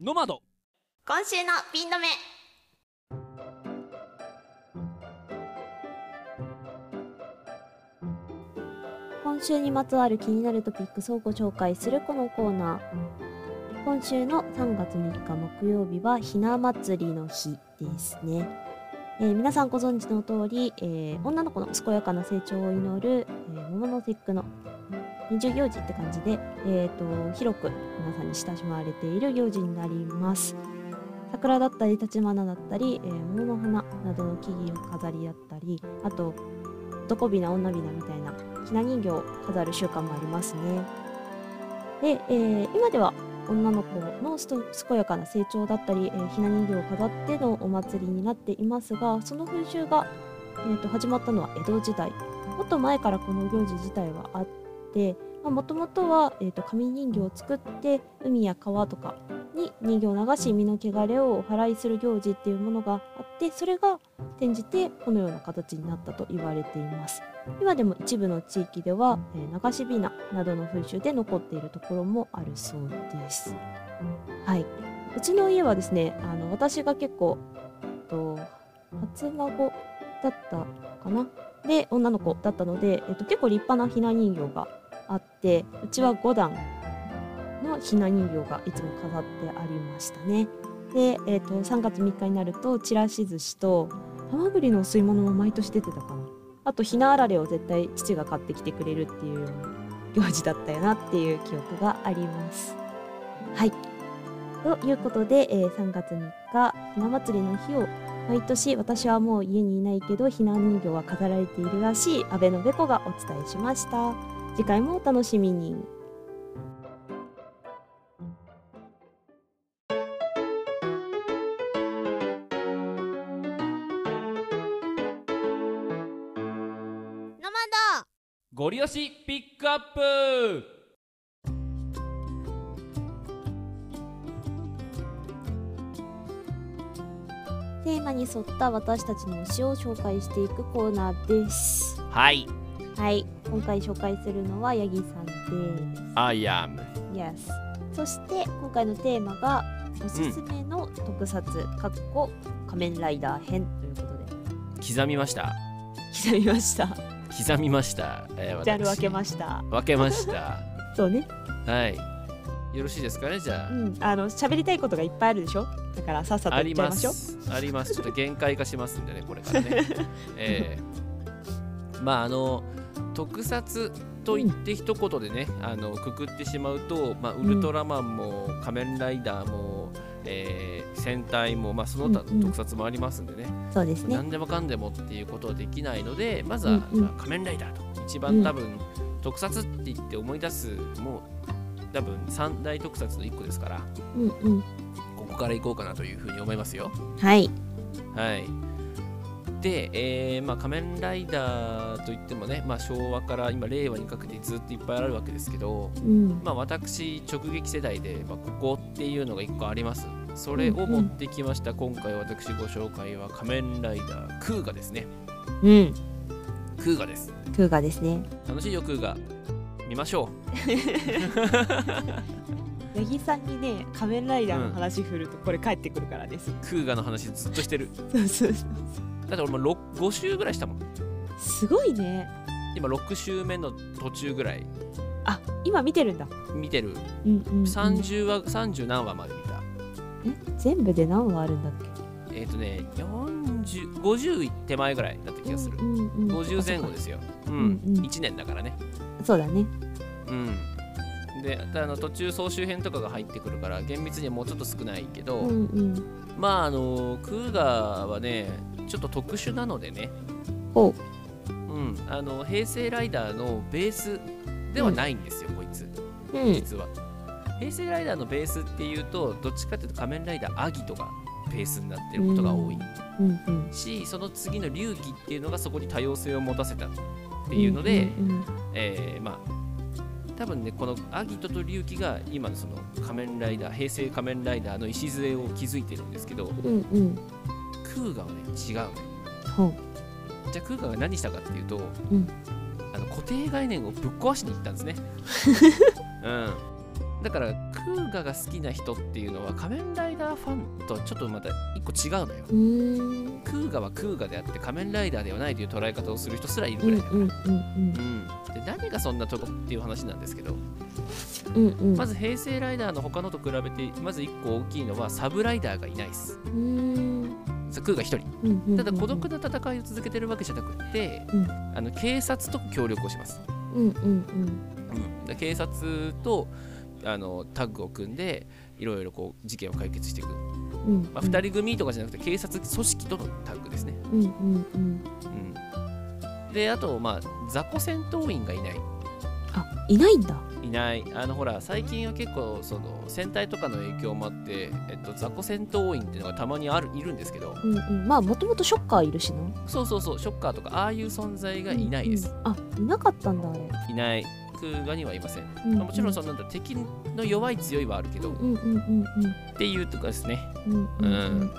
S1: ノマド
S2: 今週のピン止め今週にまつわる気になるトピックスをご紹介するこのコーナー今週の3月3日木曜日はひな祭りの日ですね、えー皆さんご存知の通り、えー女の子の健やかな成長を祈る、えー桃の節句の二重行事って感じで、えー、と広く皆さんに親しまれている行事になります桜だったり立花だったり、えー桃の花などの木々の飾りだったりあと男びな女びなみたいなひな人形を飾る習慣もありますねで、えー今では女の子のすと健やかな成長だったり、えーひな人形を飾ってのお祭りになっていますがその風習が、えー、と始まったのは江戸時代もっと前からこの行事自体はあってもともとは、えー、と紙人形を作って海や川とかに人形を流し身の汚れをお祓いする行事っていうものがあってそれが転じてこのような形になったと言われています今でも一部の地域では、えー流しびななどの風習で残っているところもあるそうですはいうちの家はですねあの私が結構えっと初孫だったかなで女の子だったので、えっと、結構立派なひな人形があってうちは5段のひな人形がいつも飾ってありましたね。で、えー、と3月3日になるとちらし寿司とハマグリのお吸い物も毎年出てたかなあとひなあられを絶対父が買ってきてくれるっていうような行事だったよなっていう記憶があります。はいということで、えー3月3日ひな祭りの日を毎年私はもう家にいないけどひな人形は飾られているらしい阿部のべこがお伝えしました。次回もお楽しみに。
S1: ゴリ押しピックアップ
S2: テーマに沿った私たちの推しを紹介していくコーナーです。
S1: はい
S2: はい、今回紹介するのはヤギさんで
S1: I am
S2: す。Yes。そして今回のテーマがおすすめの特撮、かっこ仮面ライダー編ということで
S1: 刻みました
S2: 刻みました。
S1: 刻みました、えー、
S2: ジャル分けま
S1: し
S2: し
S1: た
S2: た。
S1: 分けました
S2: そうね。
S1: はいよろしいですかねじゃあ、
S3: うん、あの喋りたいことがいっぱいあるでしょ。だからさっさと
S1: あ
S3: 行っ
S1: り
S3: ちゃい
S1: ま
S3: ましょう。
S1: す。あります。ちょっと限界化しますんでね、これからね。ええまああの特撮と言って一言でね、あのくくってしまうと、まあウルトラマンも仮面ライダーも。ええ戦隊も、まあ、その他
S2: うんうん
S1: 特撮もありますんでね、
S2: そうですね。
S1: 何でもかんでもっていうことはできないのでまずは、
S2: うんうん
S1: まあ仮面ライダーと一番多分、特撮って言って思い出すもう多分三大特撮の一個ですから
S2: うんうん。
S1: ここから行こうかなというふうに思いますよ。
S2: はい。
S1: はい、で、えーまあ、仮面ライダーといってもね、まあ、昭和から今令和にかけてずっといっぱいあるわけですけど、
S2: うん。
S1: まあ、私直撃世代で、まあ、ここっていうのが1個ありますそれを持ってきました、今回私ご紹介は仮面ライダークーガですね
S2: うん。
S1: クーガです
S2: クーガですね。
S1: 楽しいよクーガ見ましょ
S3: ヤギさんにね、仮面ライダーの話振るとこれ帰ってくるからです。
S1: うクーガの話ずっとしてる
S3: そうそう そう。
S1: だって俺も6 5週ぐらいしたもん
S3: すごいね。
S1: 今6週目の途中ぐらい
S3: あ、今見てるんだ。
S1: 見てる
S2: うんうん、うん。
S1: 30話30何話まで見た
S2: え全部で何話あるんだっ
S1: えっ、とね、40 50手前ぐらいだった
S2: け
S1: 気がする。
S2: うんうんうん、
S1: 50前後ですよ。うん、
S2: うんうん
S1: 1年だからね。
S2: そうだね。
S1: うん。で、あとあの途中総集編とかが入ってくるから、厳密にはもうちょっと少ないけど、
S2: うんうん。
S1: まあ、あの、クーガーはね、ちょっと特殊なのでね、
S2: ほ
S1: うん、あの、平成ライダーのベースではないんですよ、こいつ、
S2: う。うん。
S1: 実は。平成ライダーのベースっていうと、どっちかっていうと仮面ライダーアギとかペースになってることが多い
S2: うんうん
S1: しその次の流儀っていうのがそこに多様性を持たせたっていうので、
S2: うんうん
S1: えーまあ多分ねこのアギトと龍騎が今のその仮面ライダー平成仮面ライダーの礎を築いてるんですけど
S2: うんうん
S1: 空ガはね違うのよ
S2: ほう
S1: じゃあ空ガが何したかっていうと、
S2: ん
S1: あの固定概念をぶっ壊しに行ったん ですね、うん、だから空ガが好きな人っていうのは仮面ライダーファンとはちょっとまた一個違うのよ
S2: うーん
S1: 空ガは空ガであって仮面ライダーではないという捉え方をする人すらいる
S2: う
S1: ぐ
S2: ん
S1: ら
S2: う
S1: いだから、
S2: んうん
S1: うん、で何がそんなとこっていう話なんですけど
S2: うんうんうん
S1: まず平成ライダーの他のと比べてまず1個大きいのはサブライダーがいないです
S2: うーん
S1: そう空が1人
S2: うんうん
S1: ただ孤独な戦いを続けてるわけじゃなくって、
S2: うん
S1: あの警察と協力をします、
S2: うんうん
S1: で警察とあのタッグを組んでいろいろこう事件を解決していく、
S2: うんうん
S1: まあ、2人組とかじゃなくて警察組織とのタッグですね、
S2: うんうんうん
S1: うん、であとまあ雑魚戦闘員がいない
S2: あいないんだ
S1: いないあのほら最近は結構その戦隊とかの影響もあって、えっと、雑魚戦闘員っていうのがたまにあるいるんですけど
S2: うんうんまあもともとショッカーいるしな
S1: そうそうそうショッカーとかああいう存在がいないです、
S2: うんうんあいなかったんだあれ
S1: いない空ガにはいません、
S2: う
S1: まあもちろん
S2: そ
S1: そのなんだ敵の弱い強いはあるけど、
S2: うんうんうんうん
S1: っていうとかですね
S2: うんうん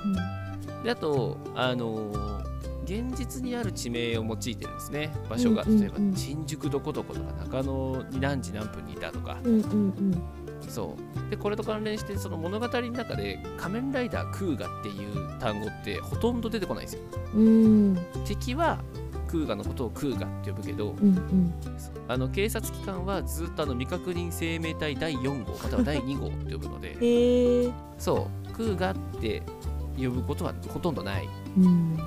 S2: うん
S1: であとあのー現実にある地名を用いてるんですね場所が
S2: うんうんうん
S1: 例えば新宿どこどことか中野に何時何分にいたとか
S2: うんうんうん
S1: そうでこれと関連してその物語の中で「仮面ライダークーガ」っていう単語ってほとんど出てこないんですよ
S2: うん
S1: 敵はクーガのことをクーガって呼ぶけど
S2: うんうん
S1: あの警察機関はずっとあの未確認生命体第4号または第2号って呼ぶの で
S2: へえ
S1: そうクーガって呼ぶことはほとんどない
S2: うん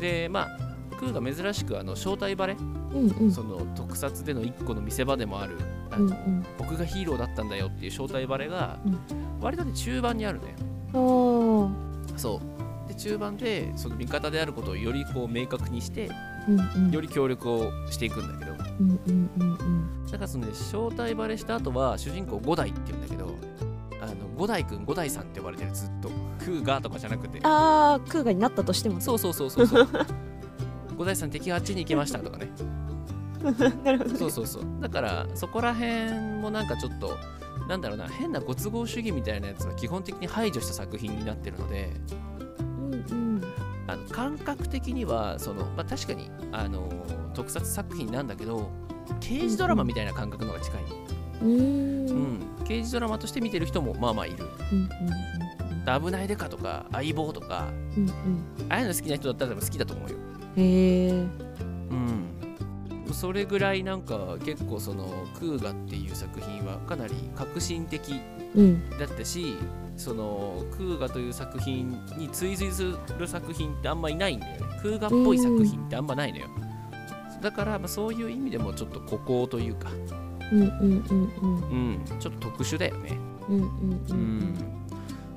S1: でまあクーガ珍しくあの正体バレ
S2: うんうん
S1: その特撮での一個の見せ場でもあるあ
S2: うんう
S1: の
S2: ん
S1: 僕がヒーローだったんだよっていう正体バレが
S2: うん
S1: 割とね中盤にあるね
S2: ああ
S1: そうで中盤でその味方であることをよりこう明確にして
S2: うんうん
S1: より協力をしていくんだけどだ
S2: うんうんうんうん
S1: からそのね正体バレした後は主人公五代って言うんだけどあの五代くん五代さんって呼ばれてるずっとクーガーとかじゃなくて
S2: ああ空ガになったとしても
S1: そうそうそうそうそう 五代さん敵があっちに行きましたとかね
S3: なるほどね
S1: そうそうそうだからそこら辺もなんかちょっとなんだろうな変なご都合主義みたいなやつは基本的に排除した作品になってるので
S2: うんうん
S1: あの感覚的にはその、まあ、確かに、あのー特撮作品なんだけど刑事ドラマみたいな感覚の方が近い、
S2: うーんう
S1: うんん、刑事ドラマとして見てる人もまあまあいる
S2: うん
S1: 「危ないでか」とか「相棒」とか
S2: うんうん
S1: ああいうの好きな人だったら多分好きだと思うよ、
S2: うんへえ
S1: うん、それぐらいなんか結構その「クーガ」っていう作品はかなり革新的
S2: うん
S1: だったしそのクーガという作品に追随する作品ってあんまいないんだよねクーガっぽい作品ってあんまないのよだからまあそういう意味でもちょっと孤高というか、
S2: うんうんうんうん
S1: うん、ちょっと特殊だよね
S2: うんうんう
S1: うんん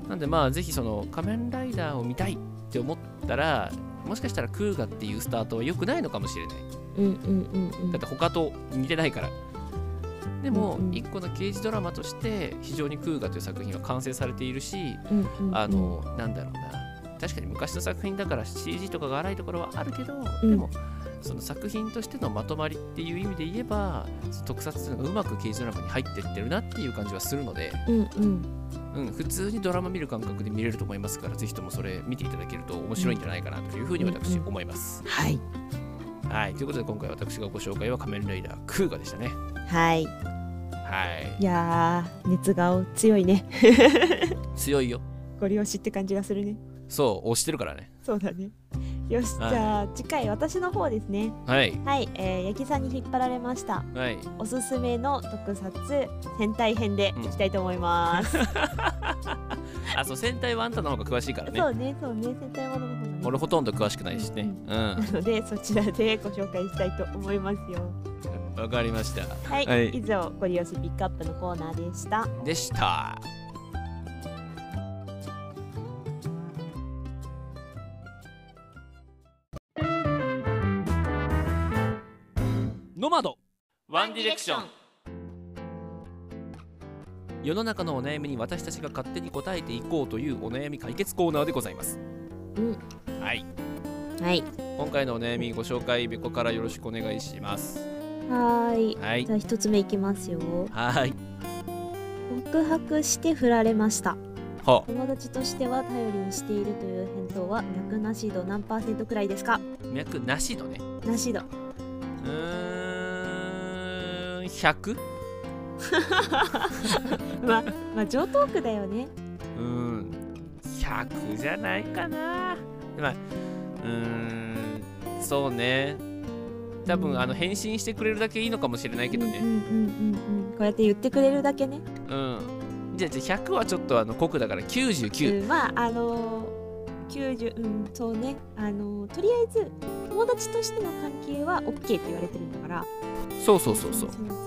S1: なんでまあぜひその仮面ライダーを見たいって思ったらもしかしたらクーガっていうスタートは良くないのかもしれない
S2: うんうんうんうん
S1: だって他と似てないからでも
S2: うんうん
S1: 一個の刑事ドラマとして非常にクーガという作品は完成されているし
S2: うんうんうん
S1: あの、なんだろうな確かに昔の作品だから CG とかが荒いところはあるけど、
S2: うん
S1: でもその作品としてのまとまりっていう意味で言えばその特撮というのがうまく刑事ドラマに入ってってるなっていう感じはするので、
S2: うんうん
S1: うん、普通にドラマ見る感覚で見れると思いますからぜひともそれ見ていただけると面白いんじゃないかなというふうに私思います。
S2: はい
S1: はいということで今回私がご紹介は「仮面ライダークーガ」でしたね。
S2: はい
S1: はい
S2: いやー熱が強いね
S1: 強いよ
S3: ご利用しって感じがするね
S1: そう押してるからね。
S3: そうだねよしじ
S1: はい
S3: ゃあ次回私の方ですね
S1: はい
S2: はい、えー、八木さんに引っ張られました
S1: はい
S2: おすすめの特撮戦隊編でいきたいと思います、
S1: あそう戦隊はあんたの方が詳しいからね
S2: そうねそうね戦隊ものの方が
S1: 俺
S2: ね
S1: ほとんど詳しくないしねうん
S2: なのでそちらでご紹介したいと思いますよ
S1: わかりました。
S2: はい、
S4: はい
S2: 以上ご利用しピックアップのコーナーでした
S1: でした。ノマドワンディレクション世の中のお悩みに私たちが勝手に答えていこうというお悩み解決コーナーでございます。
S2: うん
S1: はい、
S2: はい。
S1: 今回のお悩みご紹介べこからよろしくお願いします。
S2: はーい。
S1: はい
S2: じ、ゃあ一つ目いきますよ。
S1: はーい、
S2: 告白して振られました。
S1: は
S2: 友達としては頼りにしているという返答は脈なし度何パーセントくらいですか
S1: あ、脈なしのね。
S2: なし度。
S1: うーん、100?
S2: まあ、まあ、上等句だよね。
S1: うーん、100じゃないかな。まあ、うーん、そうね。多分あの返信してくれるだけいいのかもしれないけど
S2: うんう
S1: ね。
S2: んうんうんうん。こうやって言ってくれるだけね。
S1: うん。じゃあ、じゃあ100はちょっとあの酷だから99。
S2: うん、まああのー、90うんそうねあのー、とりあえず友達としての関係は OK って言われてるんだから
S1: そうそうそうそう。
S2: そうそう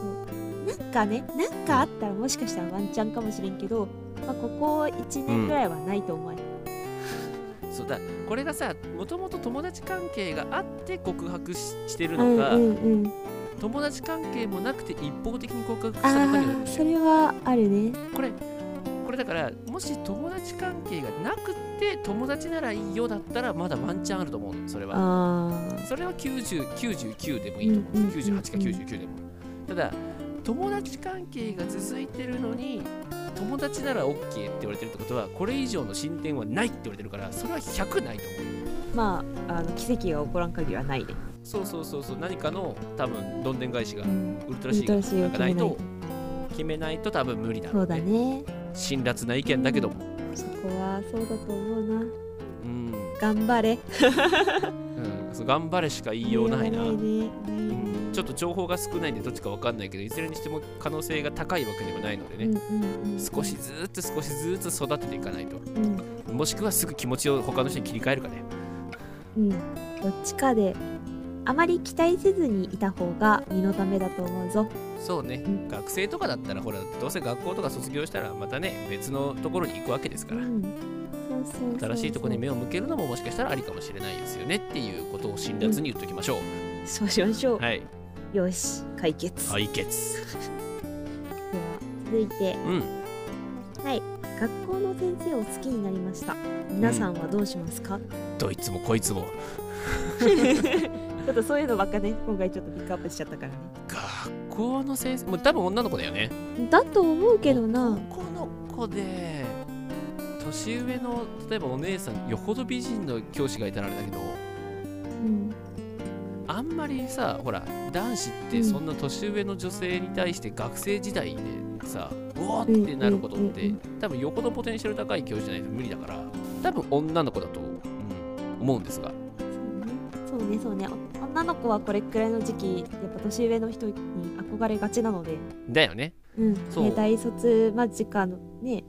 S2: なんかねなんかあったらもしかしたらワンチャンかもしれんけど、まあ、ここ1年ぐらいはないと思う、
S1: そうだこれがさもともと友達関係があって告白ししてる
S2: う
S1: の
S2: ん
S1: か、
S2: うんうん
S1: 友達関係もなくて一方的に告白し
S2: あ
S1: たのかによるん
S2: ー
S1: です
S2: そ
S1: よ
S2: れはあるね
S1: これこれだからもし友達関係がなくて友達ならいいよだったらまだワンチャンあると思うのそれは
S2: あ
S1: それは90 99でもいいと思う
S2: うんうんうん
S1: 98か99でもただ友達関係が続いてるのに友達なら OK って言われてるってことはこれ以上の進展はないって言われてるからそれは100ないと思う
S2: ーまああの奇跡が起こらん限りはないね
S1: そうそうそうそう何かの多分どんでん返しが
S2: うん
S1: ウルトラシ
S2: ウルトラ
S1: ー
S2: C
S1: がな
S2: を
S1: んか
S2: 決め
S1: な
S2: ない
S1: い
S2: と
S1: と決めないと多分無理な
S2: そ
S1: の
S2: うだ
S1: で、
S2: ね
S1: 辛辣な意見だけども
S2: そこはそうだと思うな
S1: うん、
S2: 頑張れ
S1: うん、そう頑張れしか言いようないな、
S2: 言いようがないね
S1: うんちょっと情報が少ないんでどっちか分かんないけどいずれにしても可能性が高いわけではないのでね、
S2: うんうんうん、
S1: 少しずつ少しずつ育てていかないと
S2: うん、
S1: もしくはすぐ気持ちを他の人に切り替えるかね
S2: うん、どっちかであまり期待せずにいた方が身のためだと思うぞ
S1: そうね、
S2: うん
S1: 学生とかだったらほらどうせ学校とか卒業したらまたね別のところに行くわけです
S2: う
S1: から、
S2: んそうそうそうそう
S1: 新しいところに目を向けるのももしかしたらありかもしれないですよねっていうことを辛辣に言っときましょう、
S2: そうしましょう、
S1: はい
S2: よし解決、
S1: 解決
S2: では続いて
S1: うん
S2: 学校の先生を好きになりました皆さんはどうしますか、ち
S1: どいつもこいつも
S2: ょっとそういうのばっかね今回ちょっとピックアップしちゃったからね
S1: 学校の先生もう多分女の子だよね
S2: だと思うけどな
S1: 男の子で年上の例えばお姉さんよほど美人の教師がいたらあれだけど
S2: うん
S1: あんまりさほら男子ってそんな年上の女性に対して学生時代でさうおーってなることっ
S2: うん
S1: て
S2: うん
S1: 多分よほどポテンシャル高い教師じゃないと無理だから多分女の子だと、うん思うんですが
S2: そうねそうねそうねお女の子はこれくらいの時期やっぱ年上の人に憧れがちなので
S1: だよね
S2: うん、
S1: そう
S2: ね大卒間近のね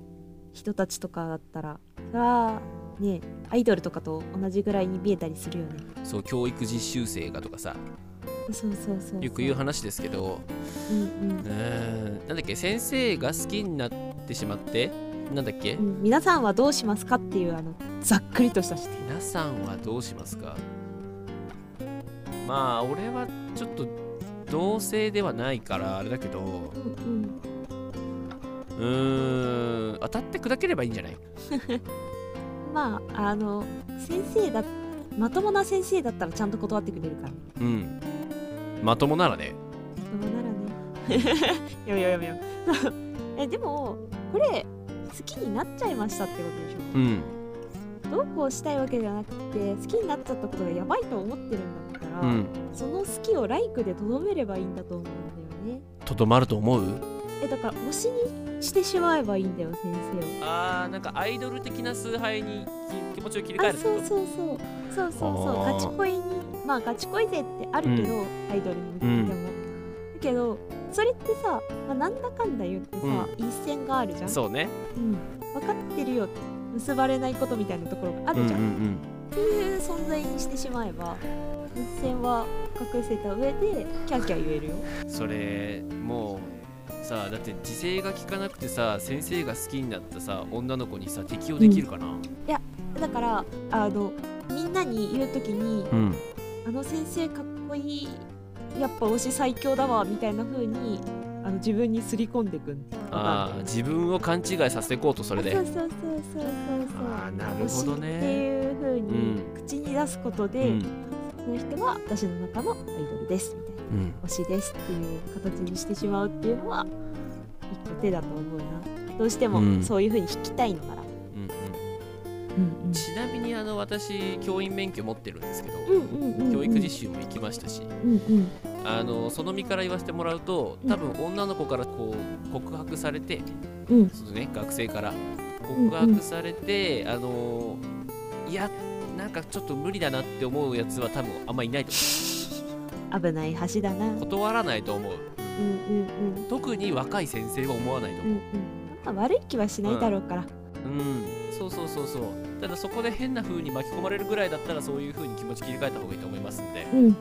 S2: 人たちとかだったらそれはねアイドルとかと同じぐらいに見えたりするよね
S1: そう教育実習生がとかさ
S2: そうそうそうそう
S1: よく言う話ですけど
S2: うん
S1: うーんなんだっけ先生が好きになってしまってなんだっけ
S2: うん、うん、皆さんはどうしますかっていうあのざっくりとした質問
S1: 皆さんはどうしますかまあ俺はちょっと同性ではないからあれだけど
S2: うん
S1: うーん当たって砕ければいいんじゃない
S2: うんまああの先生だまともな先生だったらちゃんと断ってくれるから
S1: うんまともならね
S2: まともならねやめようやめようえでもこれ好きになっちゃいましたってことでしょ
S1: うん
S2: どうこうしたいわけじゃなくて好きになっちゃったことがやばいと思ってるんだったら、
S1: うん
S2: その好きをライクでとどめればいいんだと思うんだよね
S1: とどまると思う
S2: えだから推しにしてしまえばいいんだよ先生を
S1: あーなんかアイドル的な崇拝にき気持ちを切り替え
S2: あ
S1: るって
S2: そ
S1: こ
S2: う
S1: と
S2: そうそうそうそうそう
S1: あー
S2: ガチ恋にまあガチ恋勢ってあるけど、アイドルに向けても、だけどそれってさ、まあ、なんだかんだ言ってさ、一線があるじゃん、
S1: そうね
S2: うん、分かってるよ結ばれないことみたいなところがあるじゃん、っていう存在にしてしまえば一線は隠せた上でキャーキャー言えるよ
S1: それもうさだって時勢が効かなくてさ先生が好きになったさ女の子にさ適応できるかな
S2: だからあのみんなに言う時に
S1: うん
S2: 「あの先生かっこいいやっぱ推し最強だわ」みたいな風に
S3: あの自分にすり込んでくん
S1: ああ自分を勘違いさせていこうとそれで
S2: そうそうそうそうそうそう
S1: ああなるほど
S2: 推しって
S1: ね
S2: いう風
S1: う
S2: に
S1: ん
S2: 口に出すこと
S1: う
S2: で、
S1: ん
S2: その人は私の中のアイドルですみたいな
S1: うん
S2: 推しですっていう形にしてしまうっていうのは一個手だと思うなどうして
S1: うん
S2: もそういう風に引きたいのなら
S1: うん
S3: うん
S1: うんちなみにあの私教員免許持ってるんですけど、
S2: うんうんうんうん
S1: 教育実習も行きましたし
S2: うんうん
S1: あのその身から言わせてもらうと多分女の子からこう告白されて
S2: うん
S1: そのね学生から告白されて、あのいやなんかちょっと無理だなって思うやつは多分あんまいないと
S2: 危ない橋だなうん
S1: 思う断らないと思う
S2: うんうん
S1: 特に若い先生は思わないと
S2: う
S1: 思
S2: ん
S1: う、
S2: うんまあ悪い気はしないだろうから、
S1: うん、そうそうそうそうただそこで変な風に巻き込まれるぐらいだったらそういう風に気持ち切り替えた方がいいと思いますんで、
S2: うん、
S1: うん、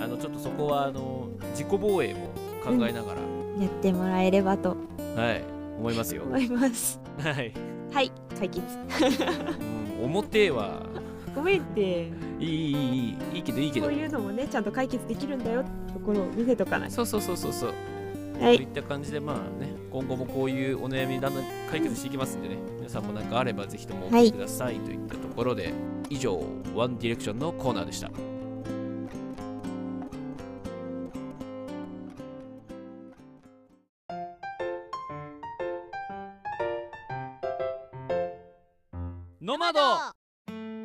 S1: あのちょっとそこはあの自己防衛も考えながら、
S2: やってもらえればと
S1: はい思い ますよ
S2: 思います
S1: はい、
S2: はい解決
S1: うん、表は
S2: ごめんって
S1: いいいいいいいいけどいいけ
S2: こ
S1: ど
S2: ういうのもねちゃんと解決できるんだよって
S3: ところを見せとかない
S1: そうそうそうそうそう
S2: は
S1: とい
S2: い
S1: った感じでまあね今後もこういうお悩みだんだん解決していきますんでね皆さんも何かあればぜひともお送りくださいといったところで、以上ワンディレクションのコーナーでしたノマド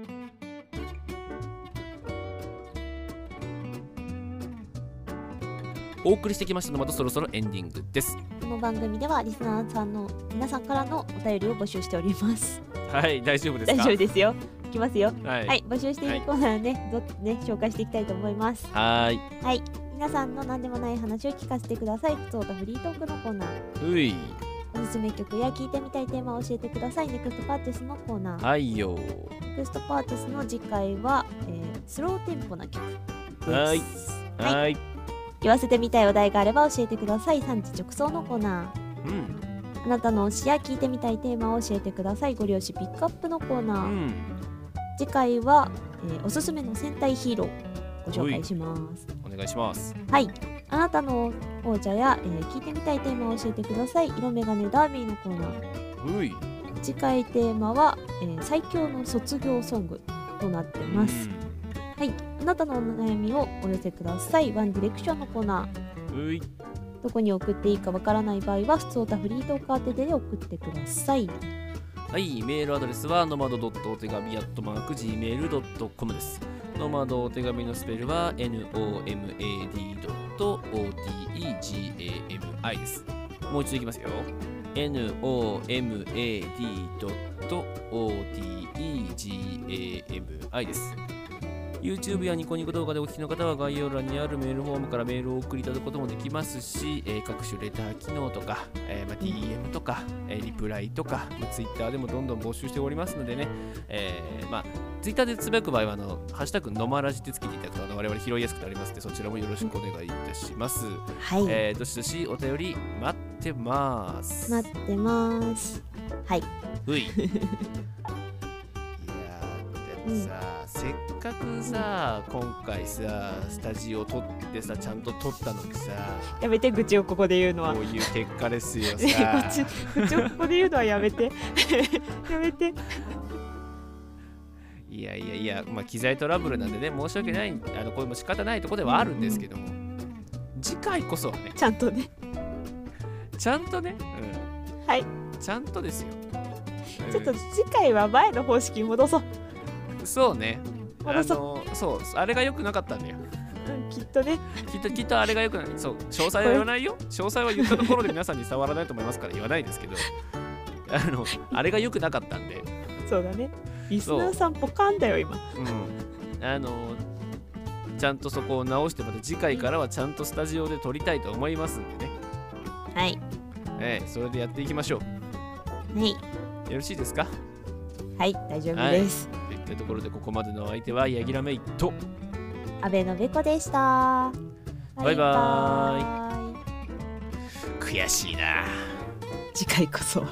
S1: お送りしてきましたノマドそろそろエンディングです
S2: この番組ではリスナーさんの皆さんからのお便りを募集しております
S1: はい大丈夫です
S2: 大
S1: か
S2: 丈夫ですよいきますよ
S1: はい
S2: はい、募集しているコーナーをね、どね紹介していきたいと思います
S1: はーい
S2: はい、皆さんの何でもない話を聞かせてください。ふつおたフリートークのコーナー、
S1: うい
S2: おすすめ曲や聞いてみたいテーマを教えてください。ネクストパーティスのコーナー、
S1: はいよ
S2: ネクストパーティスの次回は、えースローテンポな曲です。
S1: はい
S2: はい
S1: はい
S2: 言わせてみたいお題があれば教えてください。産地直送のコーナ
S1: うん
S2: ー、あなたの推しや聞いてみたいテーマを教えてください。ご両親ピックアップのコーナ
S1: う
S2: ー、
S1: ん
S2: 次回は、えーおすすめの戦隊ヒーローご紹介します。
S1: お願いします
S2: はい。あなたの王者や、えー聞いてみたいテーマを教えてください。色眼鏡ダービーのコーナー。
S1: うい
S2: 次回テーマは、えー最強の卒業ソングとなっています。はい。あなたのお悩みをお寄せください。ワンディレクションのコーナー。
S1: うんうい
S2: どこに送っていいかわからない場合は、普通たフリートーク宛てで送ってください。
S1: はい、メールアドレスはノマドドットお手紙アットマーク Gmail.com です。ノマドお手紙のスペルは nomad.otegami です。もう一度いきますよ。nomad.otegami です。YouTube やニコニコ動画でお聞きの方は概要欄にあるメールフォームからメールを送りいただくこともできますし、えー各種レター機能とか、えーまあ、DM とか、えーリプライとか、まあ、Twitter でもどんどん募集しておりますのでね、えーまあ、Twitter でつぶやく場合はあの「ハッシュタグのまらじ」ってつけていただくとあの我々拾いやすくなりますのでそちらもよろしくお願いいたします、
S2: はい。
S1: えーどしどしお便り待ってます
S2: 待ってます。はい。
S1: ういいやーでもさ、せっかくさ今回さスタジオ撮ってさちゃんと撮ったのにさ
S3: やめて愚痴をここで言うのは
S1: こういう結果です よ
S3: ね
S1: さ
S3: 愚痴愚痴をここで言うのはやめて やめて
S1: いやいやいや、まあ、機材トラブルなんでね申し訳ないあのこれも仕方ないとこではあるんですけども次回こそはね
S3: ちゃんとね
S1: ちゃんとね、うん
S3: はい
S1: ちゃんとですよ
S3: ちょっと次回は前の方式に戻そう、
S1: うんそうねあ
S3: 戻そ
S1: のそうあれが良くなかったんだよ
S3: うん、きっとね
S1: きっときっとあれがよくないそう詳細は言わないよ 詳細は言ったところで皆さんに伝わらないと思いますから言わないです けどあのあれが良くなかったんで、
S3: そうだねリスナーさんポカンだよ今
S1: うん、あのちゃんとそこを直してまた次回からはちゃんとスタジオで撮りたいと思いますんでね、
S2: はい。
S1: ええ、それでやっていきましょ
S2: はい。
S1: うよろしいですか
S2: はい。大丈夫です。
S1: といったところでここまでのお相手は柳楽メイと
S2: 阿部のべこでした。
S1: バイバ
S2: バイバイ
S1: 悔しいな
S3: 次回こそは